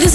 This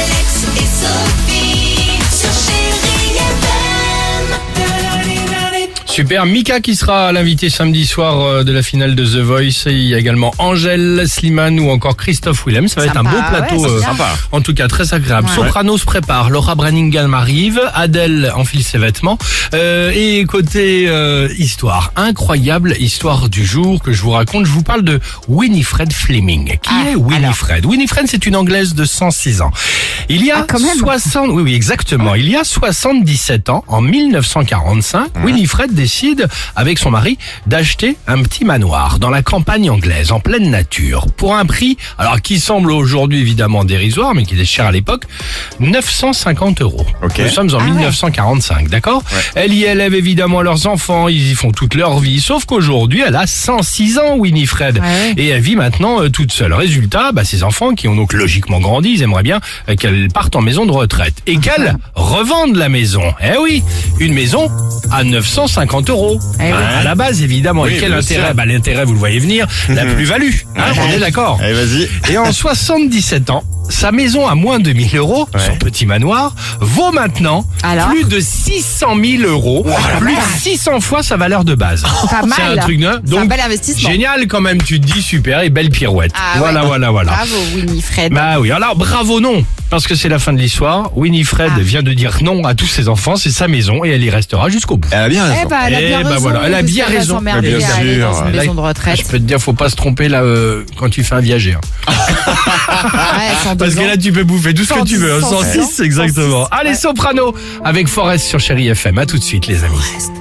Alex et Sophie sur Chéri FM. Super, Mika qui sera l'invité samedi soir euh, de la finale de The Voice. Et Il y a également Angèle Slimane ou encore Christophe Willem. Ça va être un beau plateau, euh, en tout cas très agréable. Soprano se prépare, Laura Branningham arrive, Adèle enfile ses vêtements. Euh, et côté euh, histoire, incroyable histoire du jour que je vous raconte. Je vous parle de Winifred Fleming. Qui est Winifred Winifred, c'est une Anglaise de 106 ans. Il y a 60, oui, oui, exactement. Il y a 77 ans, en 1945, Winifred décide, avec son mari, d'acheter un petit manoir dans la campagne anglaise, en pleine nature, pour un prix, alors qui semble aujourd'hui évidemment dérisoire, mais qui était cher à l'époque, 950 euros. Ok. Nous sommes en 1945, d'accord Elle y élève évidemment leurs enfants, ils y font toute leur vie, sauf qu'aujourd'hui, elle a 106 ans, Winifred. Et elle vit maintenant euh, toute seule. Résultat, bah, ses enfants, qui ont donc logiquement grandi, ils aimeraient bien euh, qu'elle parte en maison de retraite. Et qu'elle Ah. revende la maison. Eh oui, une maison à 950 euros. Eh Hein, À la base, évidemment. Oui, et quel bien intérêt sûr. Mhm. bah, L'intérêt, vous le voyez venir, la plus-value. Hein, on est d'accord. Allez, vas-y. Et en 77 ans, sa maison à moins de 1000 euros, son petit manoir, vaut maintenant Alors plus de 600 000 euros, plus de 600 fois sa valeur de base. Pas mal. C'est un truc neuf. C'est un Donc, bel investissement. génial quand même, tu te dis super et belle pirouette. Ah ouais. voilà, voilà, voilà. Bravo Winifred. Bah oui, alors bravo non, parce que c'est la fin de l'histoire. Winifred Ah. vient de dire non à tous ses enfants, c'est sa maison et elle y restera jusqu'au bout. Elle a bien ben, raison. eh bah, elle a Eh bien bah raison. voilà, elle a parce bien qu'elle va raison. s'emmerder Bien à aller sûr. dans une Là, maison de Je retraite. peux te dire, faut pas se tromper là euh, quand tu fais un viager. hein. Ouais, sans Parce deux que ans. là, tu peux bouffer tout ce que 110, tu veux. hein. 106, 106, exactement. 106, Allez, Soprano avec Forest sur Chéri FM. À tout de suite, les amis. Reste